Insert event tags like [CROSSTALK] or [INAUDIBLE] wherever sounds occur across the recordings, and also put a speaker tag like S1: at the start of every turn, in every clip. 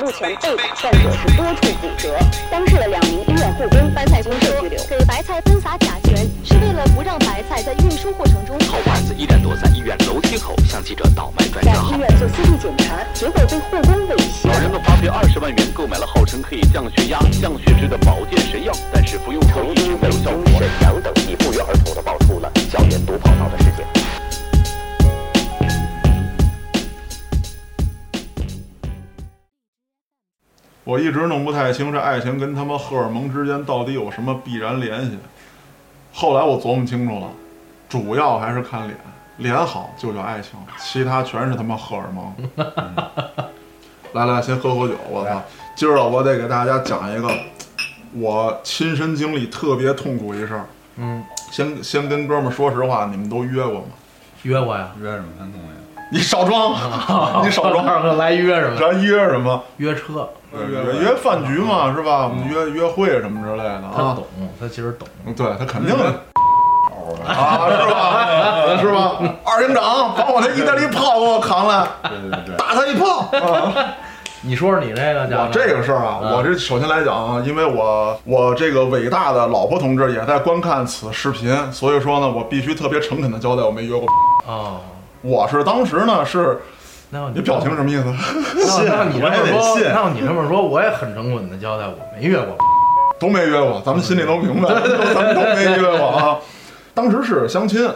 S1: 路权被打，战者是多处骨折，当事的两名医院护工白菜公社拘留。
S2: 给白菜喷洒甲醛，是为了不让白菜在运输过程中。
S3: 好汉子依然躲在医院楼梯口向记者倒卖专
S1: 在
S3: 家
S1: 医
S3: 号。
S1: 院做 CT 检查，结果被护工猥亵。
S3: 老人们花费二十万元购买了号称可以降血压、降血脂的保健神药，但是服用后一直没有效果。沈阳等地不约而同的爆出了校园毒跑道的事件。
S4: 我一直弄不太清这爱情跟他妈荷尔蒙之间到底有什么必然联系。后来我琢磨清楚了，主要还是看脸，脸好就叫爱情，其他全是他妈荷尔 [LAUGHS] 蒙。嗯、来来，先喝喝酒，我操！今儿啊，我得给大家讲一个我亲身经历特别痛苦一事儿。
S5: 嗯，
S4: 先先跟哥们儿说实话，你们都约过吗？
S5: 约我 [LAUGHS] 呀？
S6: 约什么摊东西？
S4: [LAUGHS] 你少装，啊你
S5: [LAUGHS]
S4: 少装，
S5: 二哥来约什么？
S4: [LAUGHS] 咱约什么？
S5: 约车，
S4: [LAUGHS] 约嗯约饭局嘛，是吧？我们约约会什么之类的
S5: 他
S4: 啊。
S5: 懂，他其实懂。
S4: 嗯对他肯定
S6: 嗯
S4: 的。啊，是吧？是吧？二营长把我那意大利炮给我扛来，
S6: 对对对，嗯
S4: 打他一炮！啊
S5: 你说说你这个家
S4: 我
S5: 伙，
S4: 这个事儿啊，我这首先来讲啊，因为我我这个伟大的老婆同志也在观看此视频，所以说呢，我必须特别诚恳的交代，我没约过。
S5: 哦，
S4: 我是当时呢是，
S5: 那要
S4: 你表情什么意思？
S5: 那那你这
S6: 我也
S5: 么
S6: 得
S5: 说，
S6: 信
S5: 那要你这么说，我也很诚恳的交代，我没约过。
S4: 都没约过，咱们心里都明
S5: [LAUGHS]
S4: 白，咱们都没约过啊。当时是相亲，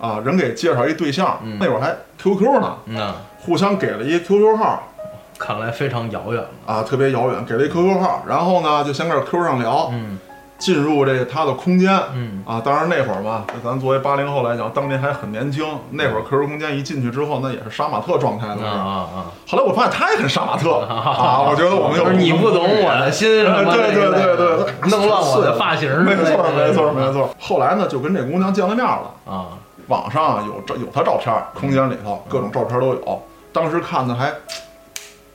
S4: 啊，人给介绍一对象，
S5: 嗯
S4: 那会儿还 QQ 呢，
S5: 那
S4: 互相给了一 QQ 号
S5: 看来非常遥远了。
S4: 啊，特别遥远，给了一 QQ 号，然后呢就先开始 Q 上聊，
S5: 嗯
S4: 进入这他的空间，
S5: 嗯
S4: 啊，当然那会儿嘛，咱作为八零后来讲，当年还很年轻，那会儿 QQ 空间一进去之后，那也是杀马特状态了。
S5: 嗯啊啊
S4: 后来我发现他也很杀马
S5: [LAUGHS]
S4: 特啊，我觉得我
S5: 啊！
S4: 们有
S5: 就是你不懂我的 [LAUGHS] 心什么的，
S4: [LAUGHS] 哎对对对对对 [LAUGHS] 对
S5: 弄乱我的发型之
S4: 没
S5: 类的，
S4: 错儿没错儿没错儿。后来呢，就跟这姑娘见了面了。
S5: 啊！
S4: 网上有照有她照片儿，空间里头各种照片儿都有。当时看的还，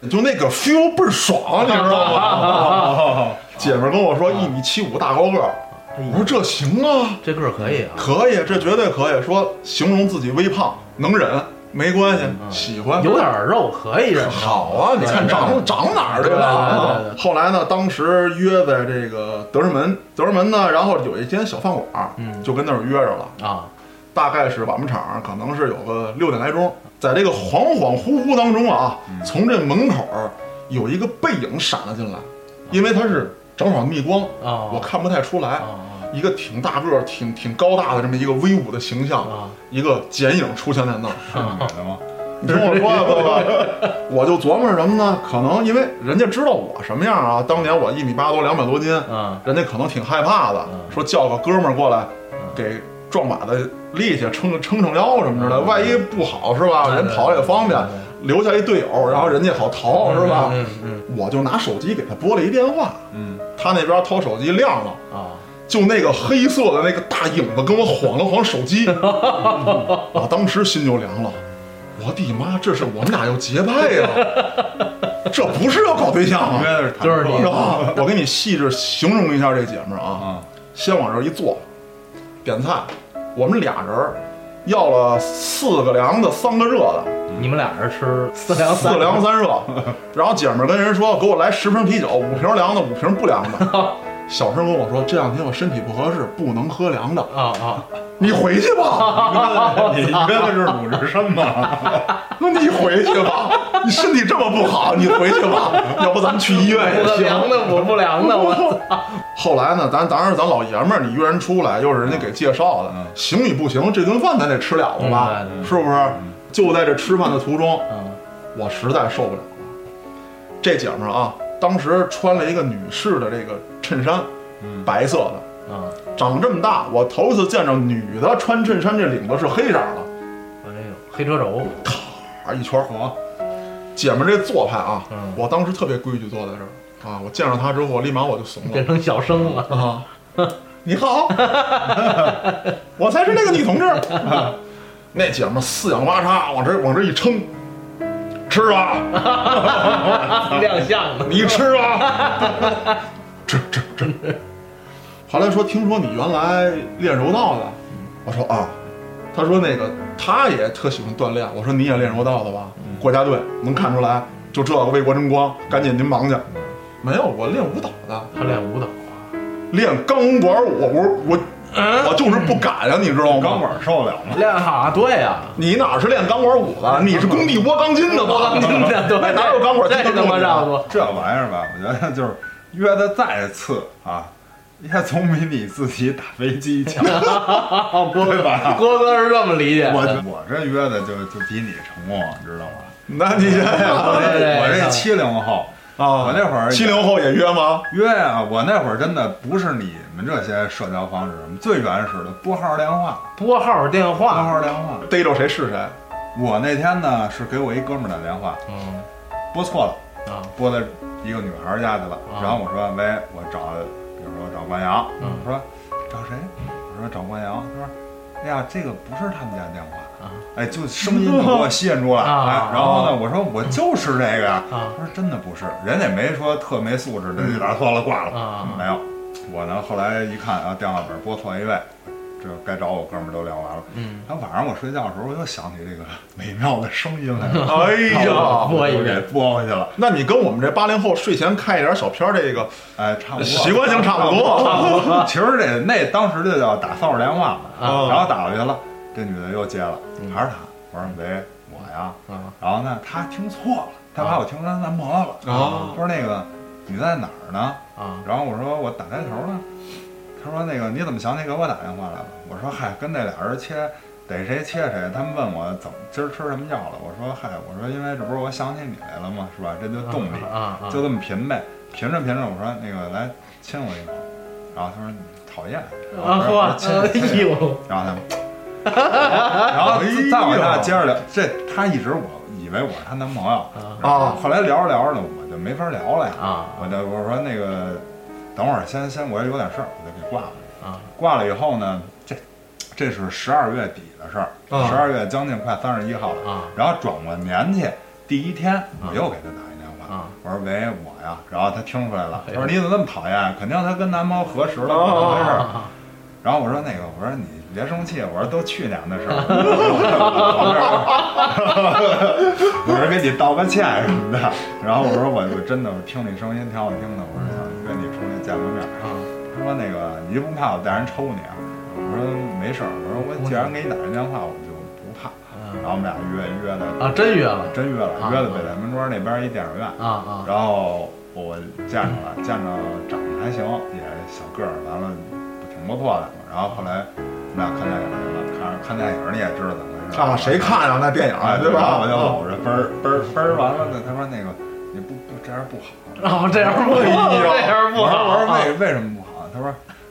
S4: 就那个 feel 倍儿爽，啊你知道吗？ [LAUGHS] 姐们儿跟我说一米七五大高个儿，
S5: 哎
S4: 我说
S5: 呦，
S4: 这行啊，
S5: 这个儿可以啊，
S4: 可以，这绝对可以。说形容自己微胖，能忍，没关系，喜欢，
S5: 有点肉可以忍受。
S4: 好
S5: [LAUGHS]
S4: 啊，你看长长哪儿对啊吧
S5: 对对对？
S4: 后来呢，当时约在这个德胜门，德胜门呢，然后有一间小饭馆儿，
S5: 嗯
S4: 就跟那儿约着了。
S5: 啊，
S4: 大概是晚们场，可能是有个六点来钟，在这个恍恍惚惚当中啊，从这门口儿有一个背影闪了进来，因为它是正好逆光，
S5: 哦
S4: 我看不太出来
S5: 哦哦，
S4: 一个挺大个儿、挺挺高大的这么一个威武的形象
S5: 哦，
S4: 一个剪影出现在那儿。
S6: 是女的吗？
S4: 你听我说呀，哥哥，我就琢磨着什么呢？可能因为人家知道我什么样啊，当年我一米八多，两百多斤，
S5: 嗯
S4: 人家可能挺害怕的，说叫个哥们儿过来，给壮把子力气撑撑撑腰什么之类的，万一不好是吧？
S5: 嗯对
S4: 人跑也方便，留下一队友，然后人家好逃是吧？
S5: 嗯嗯
S4: 我就拿手机给他拨了一电话，
S6: 嗯，
S4: 他那边掏手机亮了。
S5: 嗯啊，
S4: 就那个黑色的那个大影子跟我晃了晃
S6: [LAUGHS]
S4: 手机，我当时心就凉了。我的妈，这是我们俩要结拜呀、这不是要搞对象啊
S6: 应！该是谈
S5: 就是你
S4: 然后我给你细致形容一下这姐们儿啊，
S6: 啊，
S4: 先往这儿一坐，点菜，我们俩人儿要了四个凉的，三个热的，
S5: 嗯你们俩人吃 [LAUGHS] 四两
S4: 四凉三热。然后姐们儿跟人说，给我来十瓶啤酒，五瓶凉的，五瓶不凉
S5: [LAUGHS]
S4: 的。小声跟我说，这两天我身体不合适，不能喝凉的。
S5: 啊啊！
S4: 你回去
S5: [LAUGHS]
S4: 吧，
S6: 你你约的是鲁智深吗？
S4: 那你回去吧，你身体这么不好，你回去吧，要不咱们去医院也
S5: 我
S4: 行。
S5: 凉的，我不凉的， [LAUGHS] 我
S4: 后来呢，咱当然咱老爷们儿，你约人出来，又是人家给介绍的
S6: 嗯，
S4: 行与不行，这顿饭咱得吃了了吧
S5: 嗯，
S4: 是不是？就在这吃饭的途中，
S5: 嗯
S4: 我实在受不了了。这姐们儿啊，当时穿了一个女士的这个衬衫，白色的，
S5: 嗯啊，
S4: 长这么大，我头一次见着女的穿衬衫，这领子是黑色的，
S5: 我这有哎黑车轴，
S4: 啊一圈儿。
S6: 我
S4: 姐们儿这做派啊，
S5: 嗯
S4: 我当时特别规矩坐在这儿啊，我见着她之后，立马我就怂了
S5: 变成小生了。
S4: 啊，你好， [LAUGHS] 我才是那个女同志。啊那姐们儿四仰八叉往这往这一撑，吃吧，
S5: [LAUGHS] 亮相的，
S4: 你吃啊吧， [LAUGHS] 吃吃吃。后来说听说你原来练柔道的，我说啊，嗯他说那个他也特喜欢锻炼，我说你也练柔道的吧？国家队能看出来，就这个为国争光，赶紧您忙去。没有，我练舞蹈的，
S5: 他练舞蹈啊，
S4: 练钢管舞，我我我我就是不敢呀、啊你知道吗？
S6: 钢管受得了吗？
S5: 练啊，对呀，
S4: 你哪是练啊钢管舞的？你是工地窝 [LAUGHS] 钢筋的吧？
S5: 哎钢筋的， [LAUGHS] 对，
S4: 哪有钢管
S5: 这 [LAUGHS] 他妈绕过？
S6: 这玩意儿吧，我觉得就是约的再次啊，也总比你自己打飞机强。
S5: 啊， [LAUGHS] 郭
S6: 对吧
S5: 郭哥是这么理解
S6: 我
S5: 的，
S6: 我这约的就就比你成功，你知道吗？
S4: 那你想想
S6: 我
S5: 对对
S6: 这我
S5: 对
S6: 这七零后，
S4: 啊，
S6: 我那会儿
S4: 七零后也约吗？
S6: 约啊，我那会儿真的不是你们这些社交方式，最原始的拨号电话，
S5: 拨号电
S6: 拨
S5: 话，
S6: 号电话。
S4: 逮着谁是谁。
S6: 我那天呢是给我一哥们儿打电话，
S5: 嗯
S6: 拨错了，
S5: 啊，
S6: 拨到一个女孩儿家去了。
S5: 啊
S6: 然后我说喂，我找，比如说我找关阳，
S5: 嗯
S6: 我说找谁？我说找关阳。他说，哎呀，这个不是他们家电话
S5: 啊，
S6: 哎，就声音就给我吸引住了。
S5: [LAUGHS] 啊
S6: 哎，然后呢，我说我就是这个呀。
S5: 啊
S6: 他说真的不是，人家没说特没素质的，就打错了挂了。
S5: 啊
S6: 没有，我呢后来一看啊，电话本拨错一位，这该找我哥们儿都聊完了。
S5: 嗯，
S6: 然后晚上我睡觉的时候，我又想起这个美妙的声音来
S4: [LAUGHS]
S6: 了，
S4: 哎
S5: 呀
S4: 呀，
S5: 拨
S6: 我
S5: 一
S6: 就给
S5: 遍
S6: 拨回去了。
S4: 那你跟我们这八零后睡前看一点小片儿，这个
S6: 哎，差不多
S4: 习惯性差不
S6: 差
S4: 多。嗯
S6: 不多。其实这那当时就叫打骚扰电话嘛，
S5: 啊
S6: 然后打过去了，这女的又接了，还是她。我说喂，我呀。
S4: 嗯
S5: 啊
S6: 然后呢，她听错了，她把我听成她男朋友了。
S4: 啊
S6: 她说那个你在哪儿呢？
S5: 啊
S6: 然后我说我打开头呢，他说那个你怎么想起给我打电话来了？我说嗨，跟那俩人切逮谁切谁，他们问我怎么今儿吃什么药了，我说嗨，我说因为这不是我想起你来了吗？是吧？这就
S5: [LAUGHS]
S6: 动力，
S5: 啊啊，
S6: 就这么贫呗，贫着贫着，我说那个来亲我一口，然后他说你讨厌，我
S5: 啊
S6: 说我说亲我
S5: 嚯，哎
S6: 亲我，
S5: 呦，
S6: 然后他们，然后再往下接着聊，这他一直我以为我是她男朋友，
S4: 啊
S6: 后来聊着聊着呢，我就没法聊了呀。
S5: 啊
S6: 我就我说那个，等会儿先先我有点事儿，我就给挂了。
S5: 啊
S6: 挂了以后呢，这这是十二月底的事儿，
S4: 啊
S6: 十二月将近快三十一号了。
S5: 啊
S6: 然后转过年去第一天，我又给他打一电话，
S5: 啊
S6: 我说喂我呀，然后他听出来了，
S5: 哎
S6: 他
S5: 呦
S6: 说你怎么那么讨厌？啊肯定他跟男猫核实了，怎么回事儿？
S5: 啊
S6: 然后我说那个，我说你别生气，我说都去年的事儿，我说给你道个歉什么的。然后我说我我真的我听你声音挺好听的，我说想跟你出去见个面。
S5: 啊
S6: 他说那个你不怕我带人抽你啊？我说没事儿，我说我既然给你打这电话，我就不怕。然后我们俩约约的
S5: 啊，真约了
S6: 真约了，
S5: 啊
S6: 约了北大门庄那边一电影院。
S5: 啊啊
S6: 然后我见着了，见着长得还行，也小个儿，完了挺不错的。然后后来我们俩看电影去了，看着看电影你也知道怎么回事
S4: 啊，谁看呀、那电影
S6: 啊？
S4: 啊，对
S6: 然
S4: 吧？
S6: 后我就搂着奔儿奔儿奔儿完了呢，他说那个你不不这样不好。
S5: 啊，这样不好，这样不
S6: 我
S5: 好，
S6: 说我说为为什么不好？他说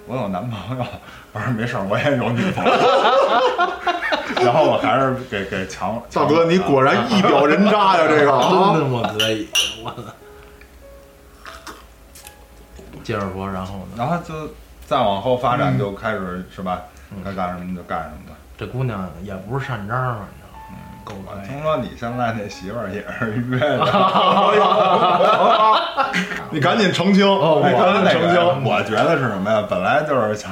S6: 我有男朋友。 [LAUGHS] 我说没事儿，我也有女朋友。 [LAUGHS] 然后我还是给给强
S4: 大哥，你果然一表人渣呀、这个
S5: 真
S4: 啊
S5: 的我可以，我接着说，然后呢，
S6: 然后就再往后发
S4: 嗯
S6: 展就开始是吧？该干什么就干什么。
S5: 这姑娘也不是善招儿，你知道吗？嗯够
S6: 我
S4: 哎
S5: 可以
S6: 听说你现在那媳妇儿也是约的，
S4: [LAUGHS] 你赶紧澄清，
S5: 哦
S4: 你
S6: 我
S4: 赶 [LAUGHS] 紧
S6: 那
S4: 澄清。
S6: 个，我嗯觉得是什么呀？本来就是想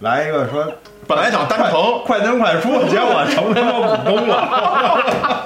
S6: 来一个说
S4: 本来想单程，
S6: 快进快出，结果成他妈股东
S4: [LAUGHS]
S6: 了。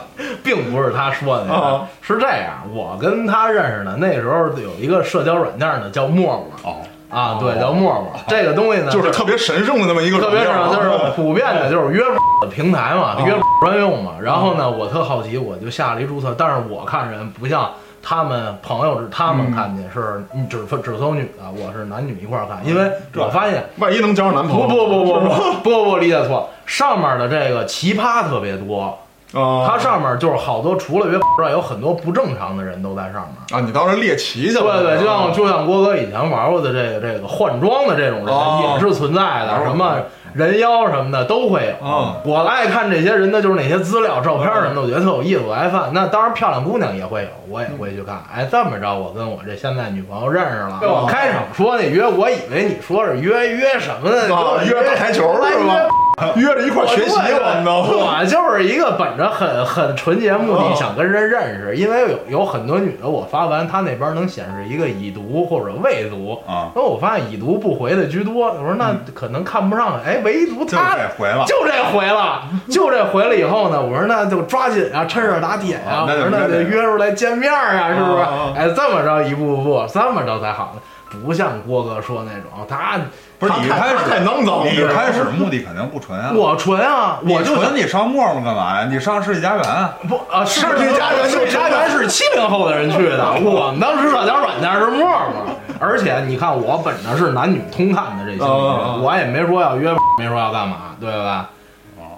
S5: 并不是他说的那个
S4: 啊
S5: 是这样，我跟他认识的那时候有一个社交软件呢，叫陌陌
S6: 哦，
S5: 啊，对，叫陌陌。这个东西呢，
S4: 就是特别神圣的那么一个
S5: [LAUGHS] 特别是
S4: 软 [LAUGHS] 件
S5: 就
S4: 啊
S5: 是普遍的，就是约的平台嘛，约专用嘛。然后呢，我特好奇，我就下了一注册，但是我看人不像他们朋友，他们看见是你只只搜女的，我是男女一块儿看，因为我发现
S4: 万一能交上男朋
S5: 不
S4: 友，
S5: 不不不不不不理解错，上面的这个奇葩特别多，
S4: 不啊，
S5: 它上面就是好多除了约之外，有很多不正常的人都在上面。
S4: 啊，你当时猎奇去了，
S5: 对对，就像就像郭哥以前玩过的这个这个换装的这种人
S4: 哦
S5: 也是存在的，什么人妖什么的都会有。
S4: 嗯
S5: 我爱看这些人的就是那些资料、照片什么的，我觉得特有意思，我爱看。那当然，漂亮姑娘也会有，我
S4: 嗯
S5: 也会去看。哎，这么着，我跟我这现在女朋友认识了。我开场说那约，我以为你说是约约什么呢？
S4: 啊
S5: 跟我
S4: 约打台球是吧
S5: 来约
S4: 约着一块儿学习，我们都。
S5: 我就是一个本着很很纯洁目
S4: 哦
S5: 的想跟人认识，因为有有很多女的，我发完她那边能显示一个已读或者未读
S6: 啊
S5: 那我发现已读不回的居多，我说那可能看不上，哎，唯独
S6: 嗯就
S5: 她
S6: 这回了
S5: 就这回了，就这回了以后呢，我说那就抓紧啊，趁热打铁
S6: 啊
S5: 啊，
S6: 那
S5: 我
S6: 就哦
S5: 说
S6: 约
S5: 那就
S6: 这个
S5: 约出来见面啊，是不是
S4: 啊啊啊？
S5: 哎，这么着一步步，这么着才好呢，不像郭哥说那种，他
S6: 不是
S4: 他
S6: 你一
S4: 太
S6: 开始
S4: 他太能走了
S6: 你一
S4: 这人
S6: 开始目的肯定不纯啊。
S5: 我纯啊，
S6: 你
S5: 我就想
S6: 纯你上陌陌干嘛呀？你上世纪佳缘啊？
S5: 不啊，是
S4: 是这家人
S5: 是这家人是七零后的人去的。我们当时社交软件是陌陌，而且你看我本着是男女通看的这些东
S4: 哦哦哦
S5: 西，我也没说要约，没说要干嘛，对吧？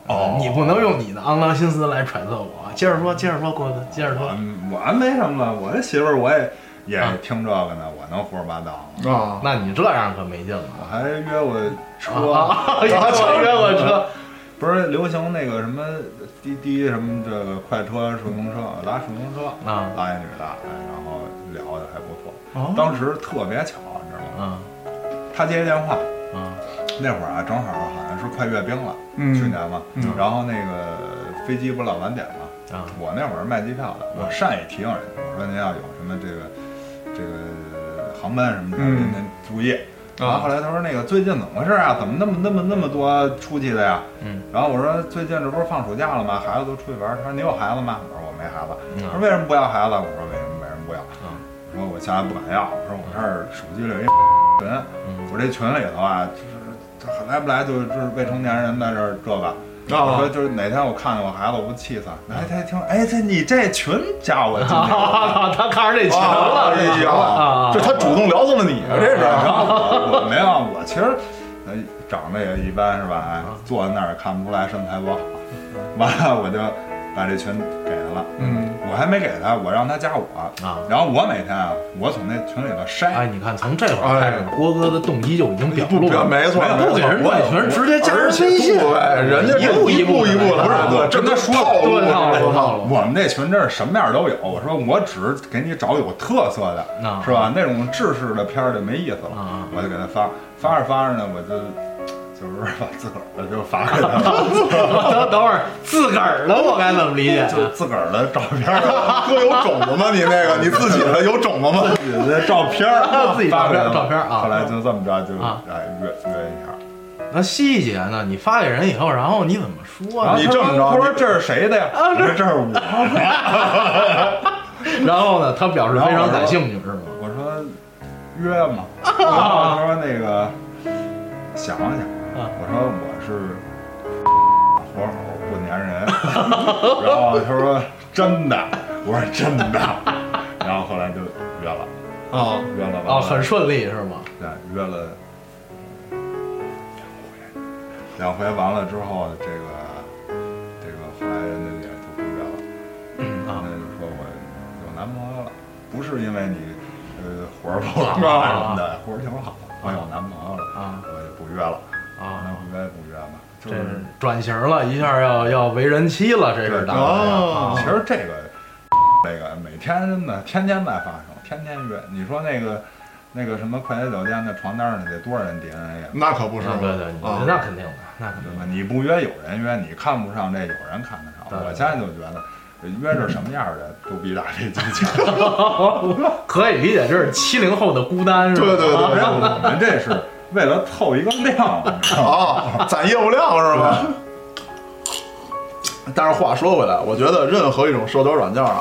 S6: 哦
S5: 你不能用你的肮脏心思来揣测我。接着说，接着说，郭哥，接着说。
S6: 嗯，我没什么了，我这媳妇儿我也也
S5: 啊
S6: 听这个呢，我能胡说八道吗？
S4: 啊，
S5: 那你这样可没劲了。
S6: 我还约我车，
S5: 啊， [LAUGHS] 约我车，
S6: [LAUGHS] 不是流行那个什么滴滴什么这个快车顺风车，拉顺风车，
S5: 啊
S6: 拉一女的，哎然后聊的还不错。
S4: 哦
S6: 当时特别巧，你知道吗？
S5: 嗯
S6: 她接一电话，
S5: 嗯
S6: 那会儿啊，正好好像是快阅兵了，
S4: 嗯
S6: 去年嘛，
S4: 嗯
S6: 然后那个飞机不老晚点嘛，
S5: 啊
S6: 我那会儿是卖机票的，我善意提醒人家，我说您要有什么这个这个航班什么的，
S4: 嗯
S6: 您您注意。然后后来他说那个最近怎么回事啊？怎么那么那么那么多出去的呀？
S5: 嗯，
S6: 然后我说最近这不是放暑假了吗？孩子都出去玩儿。他说你有孩子吗？我说我没孩子。
S5: 嗯
S6: 他说为什么不要孩子？我说为什么为什么不要？
S5: 嗯
S6: 我说我现在不敢要。我说我这儿手机里有一群，我这群里头啊，就是这来不来就是就是未成年人在这儿这个。
S4: 哦
S6: 我说就是哪天我看见我孩子，我不气死。哎，他一听，哎，这你这群家伙，今天我 [LAUGHS]
S4: 哦
S5: 啊，他看着这钱了，
S4: 这
S5: 是吧
S4: 行
S5: 啊
S4: 了，这他主动聊动了你啊，这是。
S6: 然后我我没忘，我其实呃长得也一般是吧？哎，
S4: 嗯
S6: 坐在那儿也看不出来身材不好。 [LAUGHS] 完了，我就把这群给他了。
S4: 嗯，
S6: 我还没给他，我让他加我
S5: 啊
S6: 然后我每天啊，我从那群里头
S5: 哎，
S6: 筛，
S5: 你看，从这会儿开始，郭哥的动机就已经表
S4: 不
S5: 露了，
S4: 没错，
S5: 不给人
S4: 断
S5: 转群，直接加
S4: 而
S5: 人
S4: 且
S5: 微信，
S4: 哎，人家
S5: 一步
S4: 一
S5: 步
S4: 一步
S5: 的
S4: 来，
S5: 来
S4: 不是这
S6: 跟啊他说
S4: 套路，
S5: 对套路
S4: 这
S5: 套路
S6: 我们这群真是什么样都有。我说我只给你找有特色的，
S5: 啊
S6: 是吧？那种制式的片儿就没意思了。
S5: 啊
S6: 我就给他发，发着发着呢，我就就是 [LAUGHS] 把自个儿的就发给他
S5: [LAUGHS]
S6: 了，
S5: 等等会儿，自个儿的我该怎么理解？
S4: [LAUGHS]
S5: 啊
S6: 就自个儿的照片儿。
S4: 哥有种子吗？你那个你自己的有种子吗？
S6: 自己的照片儿
S5: [LAUGHS] 自己照片
S6: 发给
S5: 儿
S6: 他
S5: 照片儿啊
S6: 后来就这么着，就
S5: 啊
S6: 哎约约一下。
S5: 那细节呢？你发给人以后，然后你怎么说
S4: 啊
S5: 呀？
S4: 你这么着
S6: 他说这是谁的呀？我说这是我的。
S5: [LAUGHS] 然后呢？他表示非常感兴趣，是吗？
S6: 我说约
S5: [LAUGHS]
S6: 嘛，然后他说那个想了想，
S5: 啊
S6: 我说我是 [LAUGHS] 活好不粘
S5: [LAUGHS]
S6: 人，然后他说真的，我说真的，然后后来就约了，
S4: 啊，
S6: 约了吧，
S5: 啊，很顺利是吗？
S6: 对，约了两回，两回完了之后，这个这个后来人家也就不约了，
S5: 啊
S6: 那就说我有男朋友了，不是因为你呃活
S5: [LAUGHS]
S6: 儿不好
S4: 啊
S6: 什么的，活儿挺好，我有男朋友了，
S5: 啊
S6: 我就不约了，那
S4: 嗯
S5: 啊，
S6: 不约不约吧，就
S5: 这
S6: 是
S5: 是转型了一下，要要为人妻了，这是
S6: 对
S5: 打
S4: 哦
S5: 算。
S6: 其实这个那个每天真的天天在发生，天天约，你说那个。那个什么快捷酒店的床单上得多少人 DNA 呀？
S4: 那可不是
S5: 对
S4: 嘛
S5: 嗯对对，你
S4: 啊
S5: 那肯定的，那肯定
S6: 对吧？你不约有人约，你看不上这有人看得上。
S5: 对
S6: 我现在就觉得，约着什么样的人都比打飞机
S4: [LAUGHS]
S6: 强。
S5: 的，可以理解，这是七零后的孤单，是吧？
S4: 对对对
S6: 当然我们这是为了凑一个量，你知道吗
S4: 啊，攒业务量是吧？但是话说回来，我觉得任何一种社交软件啊，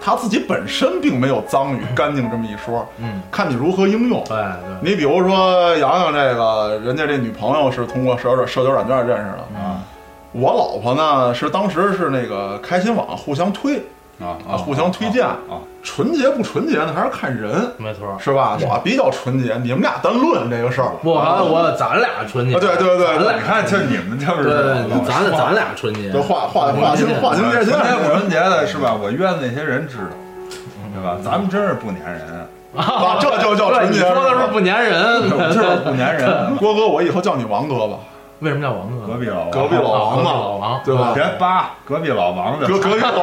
S4: 它自己本身并没有脏与干净这么一说，
S5: 嗯，
S4: 看你如何应用。
S5: 啊对对，
S4: 你比如说洋洋这个，人家这女朋友是通过社交社交软件认识的，
S5: 嗯
S6: 啊
S4: 我老婆呢是当时是那个开心网互相推
S6: 啊
S4: [LAUGHS] 啊，互相推荐
S6: 啊！
S4: 纯洁不纯洁呢还是看人，
S5: 没错。
S4: 是吧？我比较纯洁，你们俩单论这个事儿。
S5: 我我咱俩纯洁，
S4: 啊对对对
S5: 咱
S6: 你
S5: 俩
S6: 看，就你们就是
S5: 对，咱俩咱俩纯洁，
S4: 就划划划清划清界
S6: 今
S4: 限
S6: 天五人节的是吧？我约的那些人知道，对吧？咱们真是不粘人，
S4: 啊，这就叫
S5: 对，
S4: 纯啊
S5: 你
S4: 洁。
S5: 说的
S4: 吧
S5: 是不粘人，
S6: 就是不粘人。
S4: [LAUGHS] 郭哥，我以后叫你王哥吧，
S5: [LAUGHS] 为什么叫王哥？
S6: 隔壁老王，
S4: 隔壁老王
S5: 啊隔壁
S4: 嘛，
S5: 老王
S4: 对吧？
S6: 别扒，隔壁老王的
S4: 隔隔壁老王。